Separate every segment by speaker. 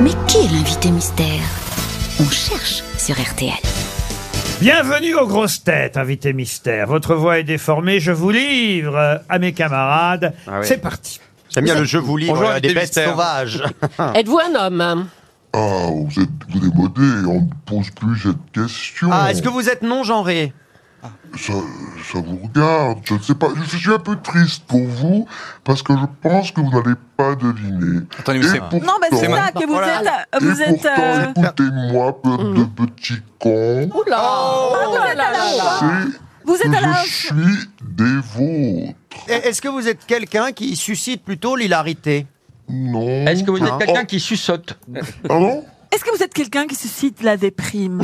Speaker 1: Mais qui est l'invité mystère On cherche sur RTL.
Speaker 2: Bienvenue aux grosses têtes, invité mystère. Votre voix est déformée, je vous livre euh, à mes camarades.
Speaker 3: Ah oui.
Speaker 2: C'est parti.
Speaker 3: J'aime bien le jeu vous livre
Speaker 4: Bonjour,
Speaker 3: euh, des
Speaker 4: invité
Speaker 3: bêtes
Speaker 4: mystère.
Speaker 3: sauvages.
Speaker 5: Êtes-vous un homme
Speaker 6: Ah, vous êtes vous démodés, on ne pose plus cette question.
Speaker 3: Ah, est-ce que vous êtes non-genré
Speaker 6: ça, ça vous regarde, je ne sais pas. Je suis un peu triste pour vous, parce que je pense que vous n'allez pas deviner.
Speaker 4: Attendez, mais
Speaker 6: Et
Speaker 4: c'est-
Speaker 6: pourtant,
Speaker 7: Non, bah c'est
Speaker 4: moi.
Speaker 7: ça que vous
Speaker 4: Voilà.
Speaker 7: êtes. Vous
Speaker 6: et
Speaker 7: êtes.
Speaker 6: pourtant,
Speaker 7: euh, Mm.
Speaker 6: écoutez-moi, peuple de petits cons,
Speaker 5: Oula
Speaker 7: Oh!
Speaker 5: là
Speaker 7: Ah,
Speaker 5: là là
Speaker 6: c'est
Speaker 7: Vous êtes
Speaker 6: que
Speaker 7: à la.
Speaker 6: je suis des vôtres.
Speaker 3: Et- Est-ce que vous êtes quelqu'un qui suscite plutôt l'hilarité
Speaker 6: Non. oh,
Speaker 8: Est-ce que vous
Speaker 6: Ah,
Speaker 8: êtes quelqu'un
Speaker 6: oh,
Speaker 8: qui sussote
Speaker 6: Pardon
Speaker 7: Est-ce que vous êtes quelqu'un qui suscite la déprime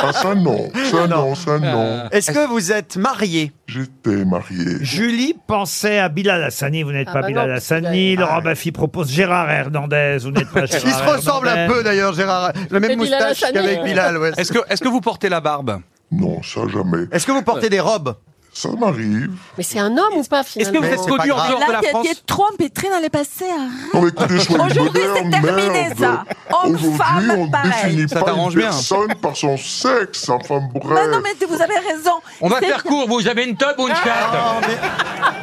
Speaker 6: Ah, ça non, ça
Speaker 3: Non.
Speaker 6: non, ça
Speaker 8: Euh.
Speaker 6: non.
Speaker 3: Est-ce que vous êtes marié
Speaker 6: J'étais marié.
Speaker 2: Julie pensait à Bilal Hassani, vous n'êtes
Speaker 5: Ah
Speaker 2: pas
Speaker 5: bah
Speaker 2: Bilal
Speaker 5: non, parce
Speaker 2: Hassani.
Speaker 5: qu'il
Speaker 2: Laurent Baffy propose Gérard Hernandez, vous n'êtes pas Gérard
Speaker 3: Ah Il se ressemble un
Speaker 2: Hernandez.
Speaker 3: peu d'ailleurs, Gérard. La même
Speaker 5: Et Bilal
Speaker 3: moustache
Speaker 5: Hassani,
Speaker 3: qu'avec
Speaker 5: euh.
Speaker 3: Bilal. ouais.
Speaker 4: Est-ce que, est-ce que vous portez la barbe
Speaker 6: Non, ça jamais.
Speaker 3: Est-ce que vous portez des robes
Speaker 6: Ça m'arrive.
Speaker 5: Mais c'est un homme ou pas
Speaker 8: Est-ce que
Speaker 5: finalement
Speaker 8: vous
Speaker 3: Mais
Speaker 8: êtes
Speaker 3: c'est pas
Speaker 8: connu en
Speaker 3: grave.
Speaker 8: dehors de
Speaker 7: Là,
Speaker 8: la
Speaker 7: il y a-
Speaker 8: France
Speaker 7: il y a trop de pétrines dans les passés. hein.
Speaker 6: Non mais écoutez, soyez
Speaker 7: Aujourd'hui,
Speaker 6: moderne,
Speaker 7: c'est terminé,
Speaker 6: merde.
Speaker 7: ça. Homme,
Speaker 6: Aujourd'hui,
Speaker 7: femme,
Speaker 6: on ne
Speaker 7: pareil.
Speaker 6: définit
Speaker 4: Ça
Speaker 6: pas une
Speaker 4: t'arrange bien.
Speaker 6: personne par son sexe, hein, enfin
Speaker 7: Bah
Speaker 6: bref.
Speaker 7: non, mais vous avez raison.
Speaker 8: On va
Speaker 7: C'est-
Speaker 8: faire court, vous avez une tub ou
Speaker 3: Ah,
Speaker 8: une chatte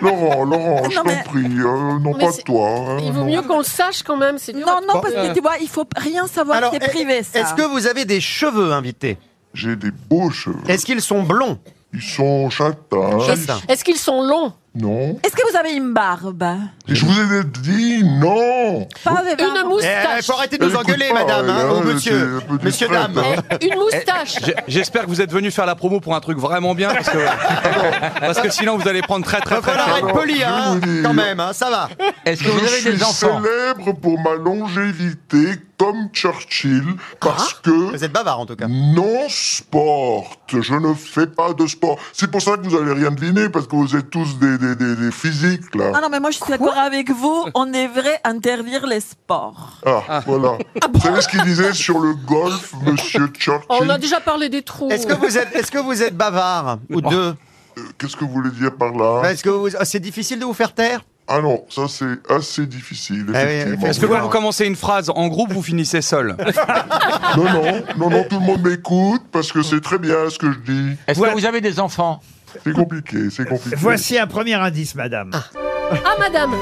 Speaker 6: Laurent, Laurent, je
Speaker 7: Non,
Speaker 6: t'en
Speaker 7: mais-
Speaker 6: prie, euh, non
Speaker 5: Mais
Speaker 6: pas
Speaker 5: c'est-
Speaker 6: toi. hein,
Speaker 5: Il vaut
Speaker 6: non.
Speaker 5: mieux qu'on le sache quand même, c'est dur.
Speaker 7: Non, non, parce que
Speaker 8: Euh.
Speaker 7: tu vois, il faut rien savoir,
Speaker 3: Alors,
Speaker 7: c'est
Speaker 3: est-
Speaker 7: privé, ça.
Speaker 3: Est-ce que vous avez des cheveux invités
Speaker 6: J'ai des beaux cheveux.
Speaker 3: Est-ce qu'ils sont blonds
Speaker 6: Ils sont châtains.
Speaker 3: Châtains.
Speaker 5: Est-ce qu'ils sont longs
Speaker 6: Non.
Speaker 7: Est-ce que vous avez une barbe
Speaker 6: Je vous ai dit non.
Speaker 7: Pas de barbe.
Speaker 5: Une
Speaker 3: Eh, eh,
Speaker 5: moustache
Speaker 3: faut arrêter de nous
Speaker 6: Elle
Speaker 3: engueuler,
Speaker 6: écoute pas,
Speaker 3: madame, hein,
Speaker 6: elle,
Speaker 3: ou
Speaker 6: hein,
Speaker 3: monsieur.
Speaker 6: c'est un peu
Speaker 3: Monsieur,
Speaker 6: discrète,
Speaker 3: dame.
Speaker 6: hein.
Speaker 5: Eh, Une
Speaker 3: ah.
Speaker 5: moustache
Speaker 4: J'ai- J'espère que vous êtes venu faire la promo pour un truc vraiment bien, parce que, parce que sinon vous allez prendre très très
Speaker 3: Va
Speaker 4: très
Speaker 3: falloir
Speaker 4: cher.
Speaker 3: être poli,
Speaker 6: je
Speaker 3: hein,
Speaker 6: vous dis.
Speaker 3: quand même, hein, ça va.
Speaker 8: Est-ce que vous
Speaker 6: Je
Speaker 8: avez
Speaker 6: suis
Speaker 8: des enfants
Speaker 6: célèbre pour ma longévité comme Churchill parce que
Speaker 3: Vous êtes bavard en tout cas.
Speaker 6: Non sport. Je ne fais pas de sport. C'est pour ça que vous n'allez rien deviner, parce que vous êtes tous des, des, des, des physiques, là.
Speaker 7: Ah non, mais moi, je suis d'accord avec vous. On devrait interdire les sports.
Speaker 6: Ah, voilà. Vous savez ce qu'il disait sur le golf, monsieur Churchill
Speaker 5: On a déjà parlé des trous.
Speaker 3: Est-ce que vous êtes, est-ce que vous êtes bavard ou
Speaker 4: Oh.
Speaker 3: deux
Speaker 6: Euh, Qu'est-ce que vous voulez dire par là
Speaker 3: Est-ce que vous- oh, c'est difficile de vous faire taire
Speaker 6: Ah non, ça c'est assez difficile,
Speaker 3: Ah oui,
Speaker 6: effectivement.
Speaker 4: Est-ce que quand vous commencez une phrase en groupe, vous finissez seul
Speaker 6: Non, non, non, non, tout le monde m'écoute, parce que c'est très bien ce que je dis.
Speaker 8: Est-ce
Speaker 2: Ouais.
Speaker 8: que vous avez des enfants
Speaker 6: C'est compliqué, c'est compliqué.
Speaker 2: Voici un premier indice, madame.
Speaker 5: Ah madame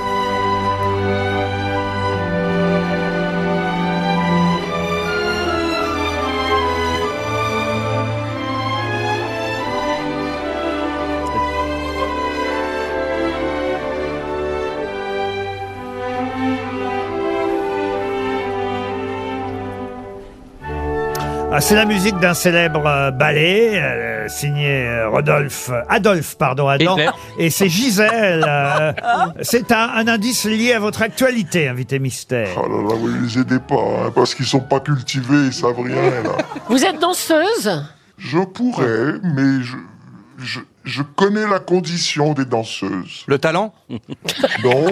Speaker 2: Ah, c'est la musique d'un célèbre euh, ballet euh, signé euh, Rodolphe euh, Adolphe pardon Adam
Speaker 8: Hitler.
Speaker 2: et c'est Gisèle. euh, c'est un, un indice lié à votre actualité, invité mystère.
Speaker 3: Oh.
Speaker 6: Ah là là, vous les aidez pas, hein, parce qu'ils sont pas cultivés, ils savent rien, là.
Speaker 5: Vous êtes danseuse
Speaker 6: Je pourrais, mais je, je, je connais la condition des danseuses.
Speaker 4: Le talent
Speaker 6: Non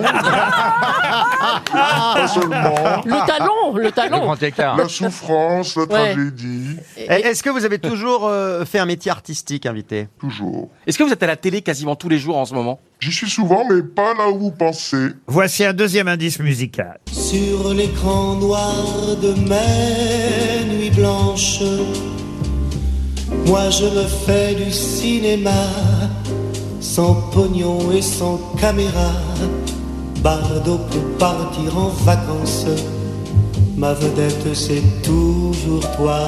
Speaker 6: Pas seulement.
Speaker 5: Le talon Le
Speaker 8: Le
Speaker 5: talon
Speaker 8: grand écart.
Speaker 6: La souffrance, la
Speaker 5: Ouais.
Speaker 6: tragédie,
Speaker 3: Et Eh, Est-ce que vous avez toujours euh, fait un métier artistique, invité
Speaker 6: toujours.
Speaker 9: Est-ce que vous êtes à la télé quasiment tous les jours en ce moment
Speaker 6: J'y suis souvent, mais pas là où vous pensez.
Speaker 2: Voici un deuxième indice musical.
Speaker 10: Sur l'écran noir de mes nuits blanches, moi je me fais du cinéma, sans pognon et sans caméra. Bardo peut partir en vacances, ma vedette c'est toujours toi.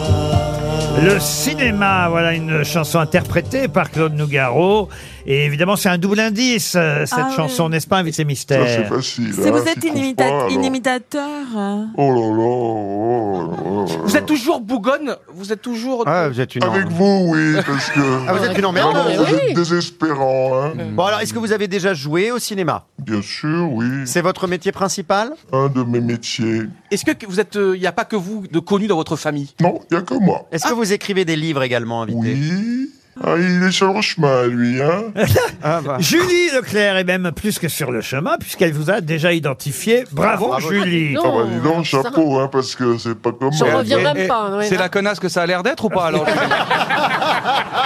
Speaker 2: Le cinéma, voilà une chanson interprétée par Claude Nougaro. Et évidemment, c'est un double indice, euh, cette
Speaker 7: Ah oui.
Speaker 2: chanson, n'est-ce pas, invité
Speaker 6: Ça, c'est
Speaker 2: mystère
Speaker 6: facile.
Speaker 7: Si
Speaker 6: hein,
Speaker 7: vous
Speaker 6: t'y
Speaker 7: êtes
Speaker 6: trouves
Speaker 7: inimita-
Speaker 6: pas, alors.
Speaker 7: inimitateur. euh,
Speaker 6: Oh là là, oh là là.
Speaker 9: Vous êtes toujours bougonne Vous êtes toujours.
Speaker 3: Ah, vous êtes une
Speaker 6: Avec vous, oui, parce que...
Speaker 3: Ah, vous êtes une emmerdeuse.
Speaker 6: Vraiment, vous
Speaker 5: Oui.
Speaker 6: êtes désespérant, hein.
Speaker 3: Bon, alors, est-ce que vous avez déjà joué au cinéma
Speaker 6: Bien sûr, oui.
Speaker 3: C'est votre métier principal
Speaker 6: Un de mes métiers.
Speaker 9: Est-ce que vous êtes. euh, Il n'y a pas que vous de connus dans votre famille
Speaker 6: Non, il n'y a que moi.
Speaker 3: Est-ce
Speaker 9: Ah.
Speaker 3: que vous écrivez des livres également, invité
Speaker 6: Oui. Ah, il est sur le chemin, lui, hein.
Speaker 2: Oh.
Speaker 3: Ah, bah.
Speaker 2: Julie Leclerc est même plus que sur le chemin, puisqu'elle vous a déjà identifié. Bravo,
Speaker 3: Bravo.
Speaker 2: Julie
Speaker 5: Non.
Speaker 6: Ah bah dis donc,
Speaker 5: ça-
Speaker 6: chapeau, hein, parce que c'est pas comme
Speaker 5: J'en
Speaker 6: moi.
Speaker 5: reviens
Speaker 4: Et-
Speaker 5: même
Speaker 4: et-
Speaker 5: pas.
Speaker 9: hein,
Speaker 5: ouais,
Speaker 4: C'est
Speaker 5: non.
Speaker 4: la connasse que ça a l'air d'être ou pas alors
Speaker 6: Ta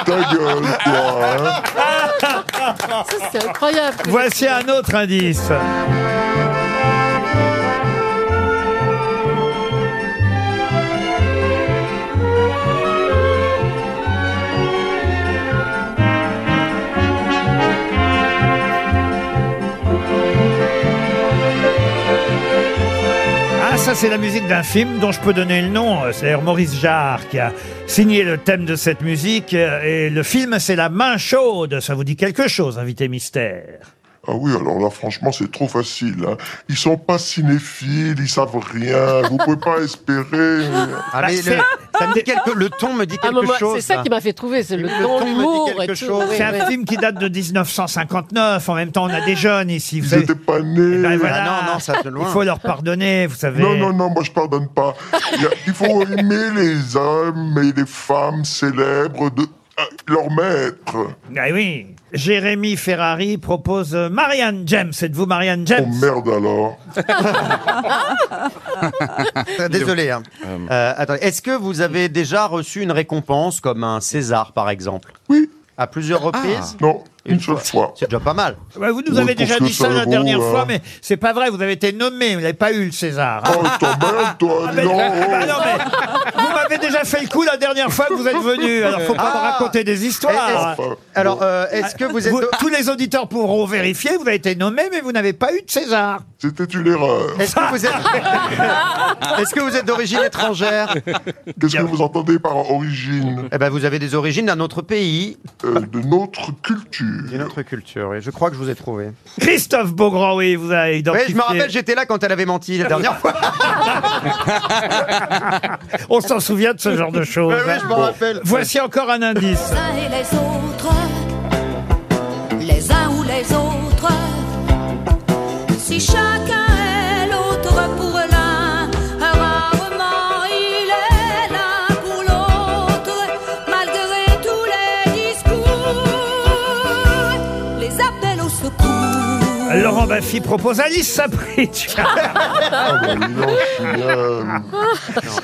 Speaker 6: gueule, toi, hein.
Speaker 5: Ça, C'est incroyable.
Speaker 2: Ah, Voici un autre indice. ça, c'est la musique d'un film dont je peux donner le nom. Euh, C'est d'ailleurs Maurice Jarre qui a signé le thème de cette musique. Euh, Et le film, c'est La main chaude. Ça vous dit quelque chose, invité mystère
Speaker 6: Ah oui, alors là, franchement, c'est trop facile. hein. Ils sont pas cinéphiles, ils savent rien. Vous pouvez pas espérer.
Speaker 3: Ah,
Speaker 9: Bah,
Speaker 3: mais
Speaker 2: c'est-
Speaker 3: le, ça me dit quelque- le ton me dit
Speaker 5: Ah,
Speaker 3: quelque
Speaker 5: mais moi,
Speaker 3: chose. hein.
Speaker 5: c'est ça
Speaker 3: là.
Speaker 5: qui m'a fait trouver, c'est le
Speaker 3: Le ton
Speaker 5: ton,
Speaker 3: me dit
Speaker 5: l'humour et
Speaker 3: quelque
Speaker 5: tout.
Speaker 3: chose.
Speaker 5: Ouais,
Speaker 2: C'est
Speaker 5: ouais.
Speaker 2: un film qui date de 1959. En même temps, on a des jeunes ici. Vous
Speaker 6: Ils
Speaker 2: savez.
Speaker 6: étaient pas
Speaker 2: Eh
Speaker 6: nés.
Speaker 2: ben, voilà.
Speaker 3: Ah non, non, ça de loin.
Speaker 2: Il faut leur pardonner, vous savez.
Speaker 6: Non, non, non, moi je pardonne pas. Il y a- Il faut aimer les hommes et les femmes célèbres de euh, leur maître.
Speaker 2: Ah oui. Jérémy Ferrari propose euh, Marianne James. Êtes-vous Marianne
Speaker 6: Oh
Speaker 2: James
Speaker 6: merde alors.
Speaker 3: Euh, Désolé. hein. Euh, attendez, Est-ce que vous avez déjà reçu une récompense comme un César, par exemple
Speaker 6: Oui,
Speaker 3: À plusieurs
Speaker 9: Ah.
Speaker 3: reprises
Speaker 6: non, une seule fois.
Speaker 3: C'est déjà pas mal.
Speaker 2: Ouais, Vous nous
Speaker 6: Oui,
Speaker 2: avez
Speaker 6: pour
Speaker 2: déjà
Speaker 6: ce
Speaker 2: dit ça la
Speaker 6: salaud,
Speaker 2: dernière
Speaker 6: hein.
Speaker 2: fois, mais c'est pas vrai. Vous avez été nommé. Vous n'avez pas eu le César. hein.
Speaker 6: Oh, t'emmènes, toi,
Speaker 2: Mais-
Speaker 6: non.
Speaker 2: bah non, mais vous m'avez déjà fait le coup la dernière fois que vous êtes venu. Alors faut pas me
Speaker 3: Ah.
Speaker 2: raconter des histoires.
Speaker 6: Enfin,
Speaker 3: Alors, euh, est-ce
Speaker 9: Ah,
Speaker 3: que vous êtes.
Speaker 2: Vous- tous les auditeurs pourront vérifier. Vous avez été nommé, mais vous n'avez pas eu de César.
Speaker 6: C'était une erreur.
Speaker 3: Est-ce que vous êtes. Est-ce que vous êtes d'origine étrangère
Speaker 6: Qu'est-ce que vous entendez par origine
Speaker 3: Eh ben, vous avez des origines d'un autre pays,
Speaker 6: euh, de notre culture
Speaker 3: d'une autre culture. Et je crois que je vous ai trouvé.
Speaker 2: Christophe Beaugrand, oui, vous avez
Speaker 3: Oui,
Speaker 2: identifié.
Speaker 3: je me rappelle, j'étais là quand elle avait menti la dernière fois.
Speaker 2: On s'en souvient de ce genre de choses.
Speaker 3: Ah oui, je m'en rappelle.
Speaker 2: Voici encore un indice.
Speaker 1: uns et les autres, les uns ou les autres. Si chacun est l'autre pour l'un, rarement il est l'un pour l'autre, malgré tous les discours, les appels au secours.
Speaker 3: Ah.
Speaker 2: Laurent Baffy propose Alice Sapritch.
Speaker 6: Ah bah oui, non, je suis bien.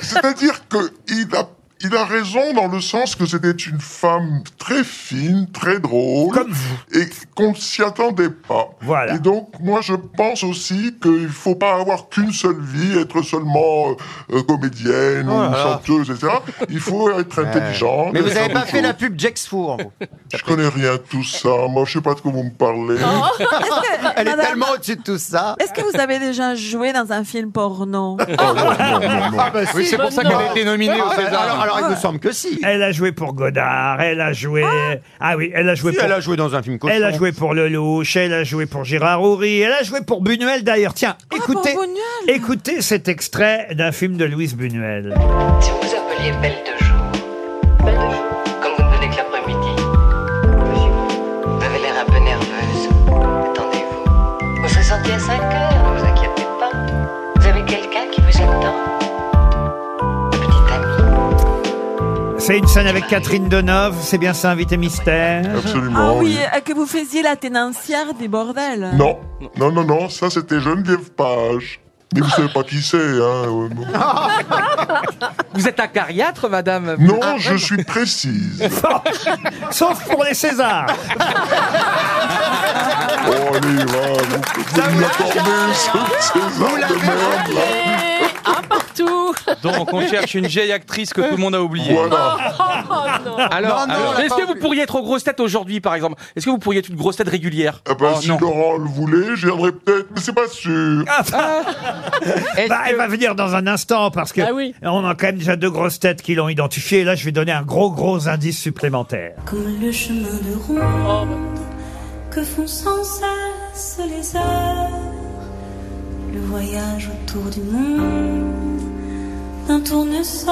Speaker 6: C'est-à-dire qu'il a, il a raison dans le sens que c'était une femme très fine, très drôle.
Speaker 2: Comme vous.
Speaker 6: Et qu'on ne s'y attendait pas.
Speaker 2: Voilà.
Speaker 6: Et donc, moi, je pense aussi qu'il ne faut pas avoir qu'une seule vie, être seulement euh, euh, comédienne ou
Speaker 2: Ah.
Speaker 6: chanteuse, etc. Il faut être intelligent.
Speaker 3: Euh, Mais vous
Speaker 6: faire
Speaker 3: n'avez pas
Speaker 6: des
Speaker 3: fait la
Speaker 6: choses.
Speaker 3: pub Jax Four. vous.
Speaker 6: Je connais rien à tout ça. Moi, je sais pas de quoi vous me parlez.
Speaker 3: Elle est
Speaker 7: Madame-
Speaker 3: tellement au-dessus de tout ça.
Speaker 7: Est-ce que vous avez déjà joué dans un film porno
Speaker 6: Oh, non, non, non,
Speaker 7: Ah,
Speaker 6: non.
Speaker 7: bah,
Speaker 3: Ah,
Speaker 8: Oui, c'est pour ça qu'elle a été nominée au
Speaker 3: Alors, Ah, alors,
Speaker 8: César.
Speaker 3: il me semble que si.
Speaker 2: Elle a joué pour Godard, elle a joué. Ah, oui, elle a joué
Speaker 3: Si,
Speaker 2: pour.
Speaker 3: elle a joué dans un film cochon.
Speaker 2: Elle a joué pour Lelouch, elle a joué pour Gérard Houry, elle a joué pour Buñuel d'ailleurs. Tiens, écoutez,
Speaker 7: Ah, pour Buñuel.
Speaker 2: écoutez cet extrait d'un film de Louise Buñuel.
Speaker 11: Si vous vous appeliez Belle de jour, Belle de jour, comme vous ne venez que l'après-midi, vous avez l'air un peu nerveuse. Attendez-vous. Vous serez sortie à 5 heures, ne vous inquiétez pas. Vous avez quelqu'un qui vous attend. Petite amie.
Speaker 2: C'est une scène avec Catherine Deneuve, c'est bien ça, invité mystère.
Speaker 7: Ah
Speaker 6: Absolument.
Speaker 7: oui, euh, que vous faisiez la tenancière du bordel.
Speaker 6: Non, non, non, non, ça c'était Geneviève Page. Mais vous savez pas qui c'est, hein euh, bon.
Speaker 9: Vous êtes un cariatre, madame
Speaker 6: Non, je suis précise.
Speaker 3: Euh.
Speaker 2: Sauf pour les Césars.
Speaker 6: Oh, allez, va, vous, vous m'accordez ce César de merde, là.
Speaker 5: Et un partout.
Speaker 4: Donc on cherche une vieille actrice que tout le monde a oubliée.
Speaker 6: Voilà.
Speaker 5: Oh non.
Speaker 9: Alors,
Speaker 3: Non, non,
Speaker 9: alors,
Speaker 3: on l'a
Speaker 9: est-ce
Speaker 3: pas
Speaker 9: que vous
Speaker 3: oublié.
Speaker 9: pourriez être aux grosses têtes aujourd'hui, par exemple Est-ce que vous pourriez être une grosse tête régulière
Speaker 6: Eh ben,
Speaker 9: Oh,
Speaker 6: si
Speaker 9: non.
Speaker 6: Laurent le voulait, j'y viendrais peut-être, mais c'est pas sûr.
Speaker 8: Est-ce
Speaker 2: Bah, elle
Speaker 8: que-
Speaker 2: va venir dans un instant parce que
Speaker 5: Ah oui.
Speaker 2: on a quand même déjà deux grosses têtes qui l'ont identifié. Et là, je vais donner un gros gros indice supplémentaire.
Speaker 11: Comme le chemin de ronde que font sans cesse les heures. Le voyage autour du monde d'un tournesol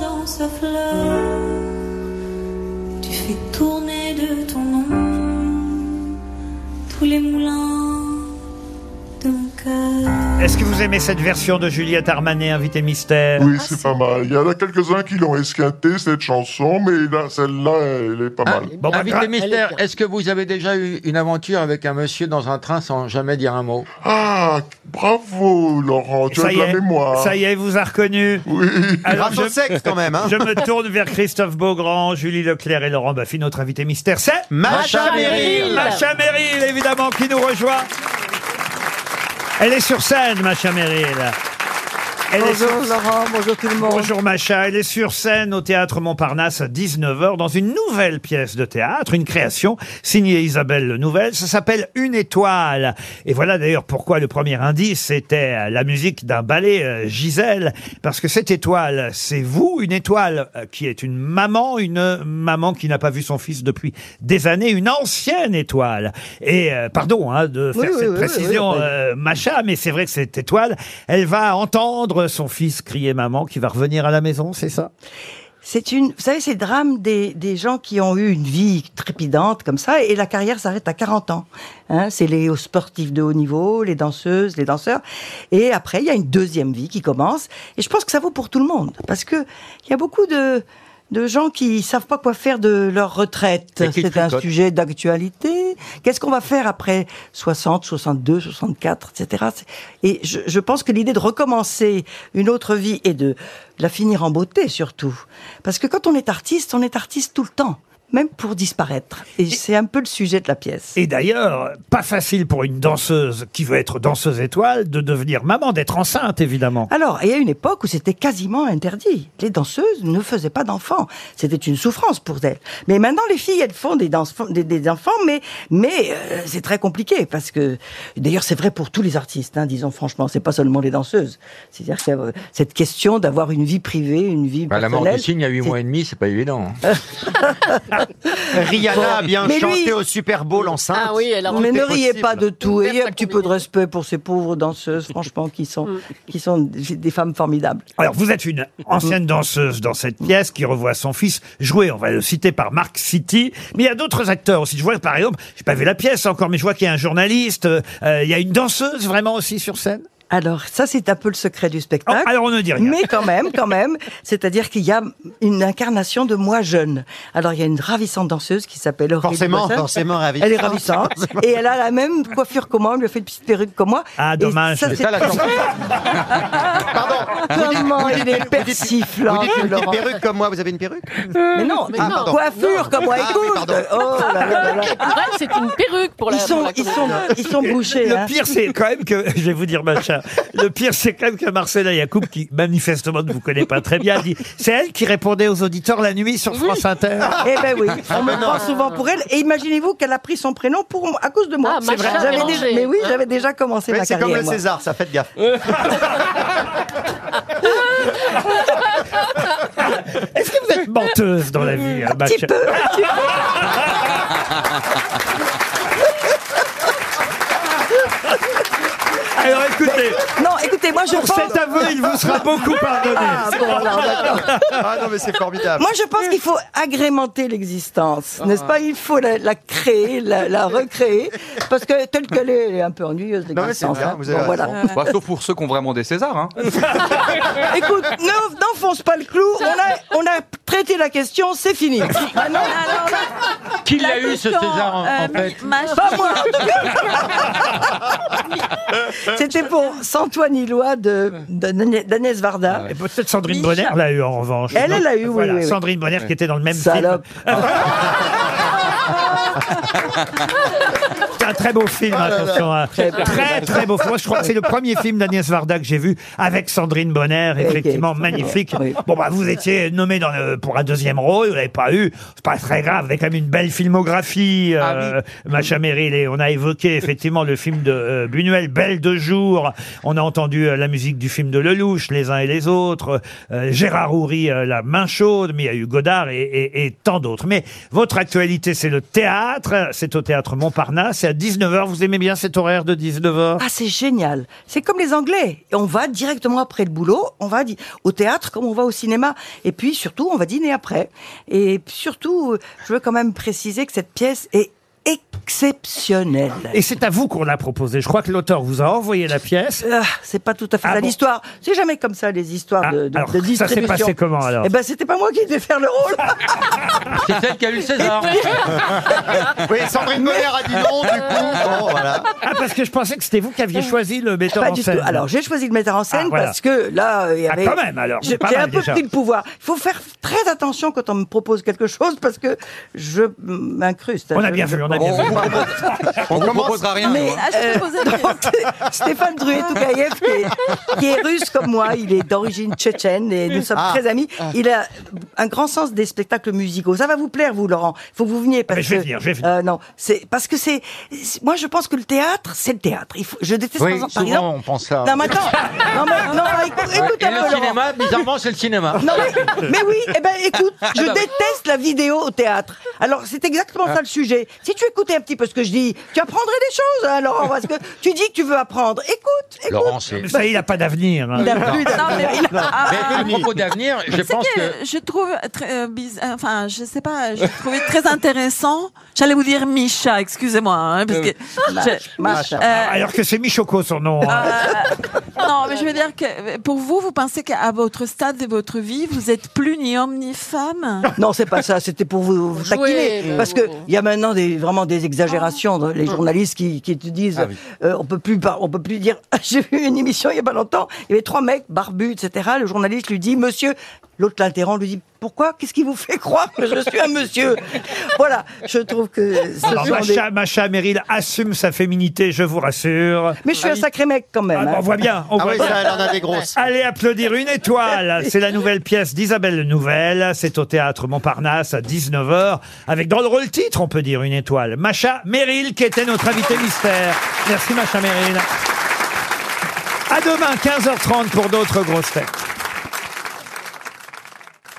Speaker 11: dans sa fleur. Tu fais tourner de ton nom tous les moulins de mon cœur.
Speaker 2: Est-ce que vous aimez cette version de Juliette Armanet, invité mystère
Speaker 6: Oui, c'est pas mal. Il y en a quelques-uns qui l'ont esquinté, cette chanson, mais là, celle-là, elle est pas
Speaker 8: Ah,
Speaker 6: mal.
Speaker 2: Bon, bah, gra-
Speaker 8: invité
Speaker 5: elle est
Speaker 8: mystère,
Speaker 5: bien.
Speaker 8: est-ce que vous avez déjà eu une aventure avec un monsieur dans un train sans jamais dire un mot
Speaker 6: Ah, bravo, Laurent, tu as
Speaker 2: Ça
Speaker 6: de
Speaker 2: y
Speaker 6: la
Speaker 2: est,
Speaker 6: mémoire.
Speaker 2: ça y est, vous a reconnu.
Speaker 6: Oui.
Speaker 2: Alors,
Speaker 3: Grâce au
Speaker 2: je,
Speaker 3: sexe quand même. Hein.
Speaker 2: je me tourne vers Christophe Beaugrand, Julie Leclerc et Laurent Baffy. Notre invité mystère, c'est
Speaker 3: Macha
Speaker 5: Meryl.
Speaker 3: Meryl.
Speaker 2: Macha Meryl, évidemment, qui nous rejoint. Elle est sur scène, Macha Meryl. bonjour Laurent, bonjour tout le monde. Bonjour Macha, elle est sur scène au théâtre Montparnasse à 19h dans une nouvelle pièce de théâtre, une création signée Isabelle Le Nouvelle, ça s'appelle Une étoile. Et voilà d'ailleurs pourquoi le premier indice c'était euh, la musique d'un ballet euh, Gisèle parce que cette étoile, c'est vous, une étoile euh, qui est une maman, une maman qui n'a pas vu son fils depuis des années, une ancienne étoile. Et euh, pardon hein, de
Speaker 12: Oui,
Speaker 2: faire
Speaker 12: oui,
Speaker 2: cette
Speaker 12: oui,
Speaker 2: précision
Speaker 12: oui, oui.
Speaker 2: euh, Macha, mais c'est vrai que cette étoile, elle va entendre son fils crier maman qui va revenir à la maison, c'est ça
Speaker 13: C'est une, vous savez, c'est le drame des, des gens qui ont eu une vie trépidante comme ça et la carrière s'arrête à 40 ans. Hein, c'est les sportifs de haut niveau, les danseuses, les danseurs. Et après, il y a une deuxième vie qui commence. Et je pense que ça vaut pour tout le monde parce que il y a beaucoup de, de gens qui savent pas quoi faire de leur retraite.
Speaker 14: Et qui
Speaker 13: C'est un
Speaker 14: tricotent.
Speaker 13: sujet d'actualité. Qu'est-ce qu'on va faire après 60, 62, 64, etc. C'est- Et je, je pense que l'idée de recommencer une autre vie et de euh, la finir en beauté surtout. Parce que quand on est artiste, on est artiste tout le temps. Même pour disparaître. Et c'est un peu le sujet de la pièce.
Speaker 2: Et d'ailleurs, pas facile pour une danseuse qui veut être danseuse étoile de devenir maman, d'être enceinte évidemment.
Speaker 13: Alors, il y a une époque où c'était quasiment interdit. Les danseuses ne faisaient pas d'enfants. C'était une souffrance pour elles. Mais maintenant, les filles, elles font des, danses, des, des enfants, mais, mais euh, c'est très compliqué parce que, d'ailleurs, c'est vrai pour tous les artistes, hein, disons franchement, c'est pas seulement les danseuses. C'est-à-dire que euh, cette question d'avoir une vie privée, une vie
Speaker 8: Bah, la mort du
Speaker 13: personnelle,
Speaker 8: cygne, il y a 8
Speaker 13: c'est-
Speaker 8: mois et demi, c'est pas évident. hein.
Speaker 3: Rihanna a bien
Speaker 13: Mais lui- Ah
Speaker 3: chanté au Super Bowl enceinte.
Speaker 5: Ah
Speaker 13: Mais ne riez pas de tout. Ayez un petit peu de respect pour ces pauvres danseuses, franchement, qui sont, qui sont des des femmes formidables.
Speaker 2: Alors, vous êtes une ancienne danseuse dans cette pièce qui revoit son fils jouer, on va le citer par Mark City, mais il y a d'autres acteurs aussi. Je vois, par exemple, j'ai pas vu la pièce encore, mais je vois qu'il y a un journaliste, euh, euh, il y a une danseuse vraiment aussi sur scène. Oh,
Speaker 13: Alors, ça, c'est un peu le secret du
Speaker 12: Ah,
Speaker 13: spectacle.
Speaker 2: alors, on ne dit rien.
Speaker 13: Mais quand même, quand même. C'est-à-dire qu'il y a une incarnation de moi jeune. Alors, il y a une ravissante danseuse qui s'appelle Aurélie
Speaker 3: Forcément,
Speaker 13: Boissin.
Speaker 3: forcément ravissante.
Speaker 13: Elle est ravissante.
Speaker 3: Forcément.
Speaker 13: et elle a la même coiffure que moi, elle lui a fait une petite perruque que moi.
Speaker 2: Ah,
Speaker 13: Et
Speaker 2: dommage.
Speaker 13: ça,
Speaker 2: C'est
Speaker 13: c'est
Speaker 2: ça, la
Speaker 13: Pardon.
Speaker 2: chanson.
Speaker 13: Comment
Speaker 3: vous dites-
Speaker 13: il est
Speaker 3: vous dites-
Speaker 13: persiflant,
Speaker 3: Vous dites une petite
Speaker 13: Laurent.
Speaker 3: perruque comme moi, vous avez une perruque
Speaker 13: Mais non,
Speaker 3: Mais
Speaker 5: Ah,
Speaker 3: non.
Speaker 13: mais
Speaker 3: ah,
Speaker 13: coiffure
Speaker 3: Non.
Speaker 13: comme moi.
Speaker 3: Ah, oui,
Speaker 13: Écoute,
Speaker 3: pardon.
Speaker 13: oh là là là.
Speaker 5: Pour elle, c'est une perruque pour la.
Speaker 13: Ils sont-
Speaker 5: pour la
Speaker 13: ils sont-
Speaker 5: commande.
Speaker 13: ils sont bouchés,
Speaker 2: Le
Speaker 13: hein.
Speaker 2: pire, c'est quand même que, je vais vous dire, machin. Le pire, c'est quand même que Marcella Yacoub, qui manifestement ne vous connaît pas très bien, dit, c'est elle qui répondait aux auditeurs la nuit sur France Inter.
Speaker 13: Eh ben oui, on me
Speaker 2: Ah,
Speaker 13: prend
Speaker 2: non.
Speaker 13: souvent pour elle. Et imaginez-vous qu'elle a pris son prénom pour à cause de moi.
Speaker 5: Ah, C'est machin vrai.
Speaker 13: J'avais
Speaker 5: mélangé.
Speaker 13: déjà- mais oui, j'avais déjà commencé
Speaker 3: Oui,
Speaker 13: ma
Speaker 3: C'est
Speaker 13: carrière.
Speaker 3: comme le
Speaker 13: moi.
Speaker 3: César, ça fait gaffe.
Speaker 2: Est-ce que vous êtes menteuse dans la vie, hein, Macha Alors écoutez.
Speaker 13: Non, écoutez, moi je
Speaker 2: Pour
Speaker 13: pense-
Speaker 2: cet aveu, il vous sera beaucoup pardonné.
Speaker 13: Ah, bon, alors, d'accord.
Speaker 3: Ah non, mais c'est formidable.
Speaker 13: Moi, je pense qu'il faut agrémenter l'existence, n'est-ce pas Il faut la, la créer, la, la recréer, parce que telle qu'elle est, elle est un peu ennuyeuse, l'existence. hein. Bon, voilà.
Speaker 4: Bah, sauf pour ceux qui ont vraiment des Césars. Hein.
Speaker 13: Écoute, ne- n'enfonce pas le clou, on a, on a traité la question, c'est fini. Maintenant,
Speaker 8: Qui l'a eu, ce César, en,
Speaker 13: euh,
Speaker 8: en fait
Speaker 13: Pas moi. C'était pour Santoine Lois de de- d'Agnès Varda.
Speaker 2: Et peut-être Sandrine Bonner l'a eu en revanche.
Speaker 13: Elle, elle l'a eu, oui,
Speaker 2: Voilà,
Speaker 13: oui, oui.
Speaker 2: Sandrine Bonner qui était dans le même film. C'est un très beau film,
Speaker 13: Oh
Speaker 12: Ah là là.
Speaker 2: attention. hein.
Speaker 12: Très
Speaker 2: Très,
Speaker 12: bien.
Speaker 2: très, beau. Moi, je crois que c'est le premier film d'Agnès Varda que j'ai vu avec Sandrine Bonner, effectivement, magnifique. Bon, bah, vous étiez nommé dans le- pour un deuxième rôle, vous l'avez pas eu. C'est pas très grave, vous avez quand même une belle filmographie, euh, Macha Merrill. Et on a évoqué, effectivement, le film de euh, Buñuel, Belle de jour. On a entendu euh, la musique du film de Lelouch, Les uns et les autres. Euh, Gérard Houry, euh, La main chaude, mais il y a eu Godard et, et- et tant d'autres. Mais votre actualité, c'est le théâtre. C'est au théâtre Montparnasse. C'est à 19h. Vous aimez bien cet horaire de 19h
Speaker 13: Ah, c'est génial. C'est comme les Anglais. Et On va directement après le boulot, on va di- au théâtre comme on va au cinéma. Et puis surtout, on va dîner après. Et surtout, euh, je veux quand même préciser que cette pièce est exceptionnelle.
Speaker 2: Et c'est à vous qu'on l'a proposé. Je crois que l'auteur vous a envoyé la pièce.
Speaker 13: Ah, c'est pas tout à fait
Speaker 2: Ah
Speaker 13: ça
Speaker 2: bon
Speaker 13: l'histoire. C'est jamais comme ça les histoires de, de,
Speaker 2: Ah, alors,
Speaker 13: de
Speaker 2: ça s'est
Speaker 13: distribution.
Speaker 2: passé comment, alors
Speaker 13: Eh ben c'était pas moi qui devais faire le rôle.
Speaker 8: C'est celle qui a eu le César.
Speaker 3: Oui, Sandrine Bonner a dit non, du coup. Bon, voilà.
Speaker 2: Ah, parce que je pensais que c'était vous qui aviez choisi le metteur
Speaker 13: Ah, Pas
Speaker 2: en
Speaker 13: du
Speaker 2: scène.
Speaker 13: tout. Alors j'ai choisi le metteur en scène
Speaker 2: Ah, voilà.
Speaker 13: parce que là, euh, il y
Speaker 2: Ah,
Speaker 13: avait.
Speaker 2: quand même, alors,
Speaker 13: Je-
Speaker 2: c'est pas
Speaker 13: J'ai
Speaker 2: mal,
Speaker 13: un peu
Speaker 2: déjà.
Speaker 13: pris le pouvoir. Il faut faire très attention quand on me propose quelque chose parce que je m'incruste.
Speaker 2: On a
Speaker 13: Je-
Speaker 2: bien
Speaker 13: je
Speaker 2: vu, on on a bien
Speaker 4: On-
Speaker 2: vu.
Speaker 4: On vous proposera rien.
Speaker 13: Mais,
Speaker 4: nous, hein.
Speaker 13: euh, donc, Stéphane Druet-Toukayev, qui, est- qui est russe comme moi, il est d'origine tchétchène et nous sommes
Speaker 2: Ah.
Speaker 13: très amis.
Speaker 2: Ah.
Speaker 13: Il a un grand sens des spectacles musicaux. Ça va vous plaire, vous, Laurent. Faut que vous veniez parce
Speaker 2: Ah, Mais je vais
Speaker 13: que
Speaker 2: venir, je vais venir.
Speaker 13: euh, non, c'est parce que c'est. c'est- Moi, je pense que le théâtre, c'est le théâtre. Il faut- je déteste
Speaker 8: Oui,
Speaker 13: par exemple-
Speaker 8: souvent,
Speaker 13: par exemple-
Speaker 8: on pense ça.
Speaker 13: Non, mais attends. Non, mais- non, mais écoute,
Speaker 8: Ouais,
Speaker 13: écoute
Speaker 8: et
Speaker 13: un peu,
Speaker 8: le
Speaker 13: Laurent.
Speaker 8: cinéma, bizarrement, c'est le cinéma.
Speaker 13: Non, mais, mais oui, eh ben, écoute,
Speaker 8: Ah,
Speaker 13: je
Speaker 8: bah
Speaker 13: déteste la vidéo au théâtre. Alors, c'est exactement ça le sujet. Si tu écoutais un petit peu ce que je dis, tu apprendrais des choses, hein, Laurent, parce que tu dis que tu veux apprendre. Écoute, écoute.
Speaker 8: Laurent, c'est-
Speaker 2: Ça, il n'a pas d'avenir. hein.
Speaker 13: Il a plus
Speaker 7: Non, mais il a- Ah,
Speaker 8: Mais à
Speaker 7: ah,
Speaker 8: propos d'avenir, je
Speaker 7: C'est
Speaker 8: pense que...
Speaker 7: Je trouve très bizarre, enfin, je sais pas, je trouvais très intéressant. J'allais vous dire Micha, excusez-moi, hein, parce
Speaker 13: Euh,
Speaker 7: que. je-
Speaker 2: Machin.
Speaker 7: euh,
Speaker 2: Alors que c'est Michoko son nom. hein.
Speaker 7: non, mais je veux dire que pour vous, vous pensez qu'à votre stade de votre vie, vous êtes plus ni homme ni femme.
Speaker 13: Non, c'est pas ça, c'était pour vous, vous taquiner.
Speaker 7: mais
Speaker 13: parce qu'il y a maintenant des, vraiment des exagérations. dans Les journalistes qui, qui te disent
Speaker 2: Ah
Speaker 13: euh, on peut plus par- on peut plus dire. J'ai vu une émission il y a pas longtemps, il y avait trois mecs barbus, etc. Le journaliste lui dit Monsieur, l'autre l'interrompt, lui dit Pourquoi Qu'est-ce qui vous fait croire que je suis un monsieur Voilà, je trouve que Ah, ce
Speaker 2: Alors,
Speaker 13: sont des-
Speaker 2: Macha, Macha Meryl assume sa féminité, je vous rassure.
Speaker 13: Mais je suis un sacré mec quand même.
Speaker 2: Ah,
Speaker 13: hein.
Speaker 2: on voit bien. On voit bien. Allez applaudir une étoile. C'est la nouvelle pièce d'Isabelle Nouvelle. C'est au théâtre Montparnasse à 19h. Avec dans le rôle titre, on peut dire une étoile. Macha Meryl, qui était notre invité mystère. Merci Macha Meryl. À demain, 15h30 pour d'autres grosses têtes.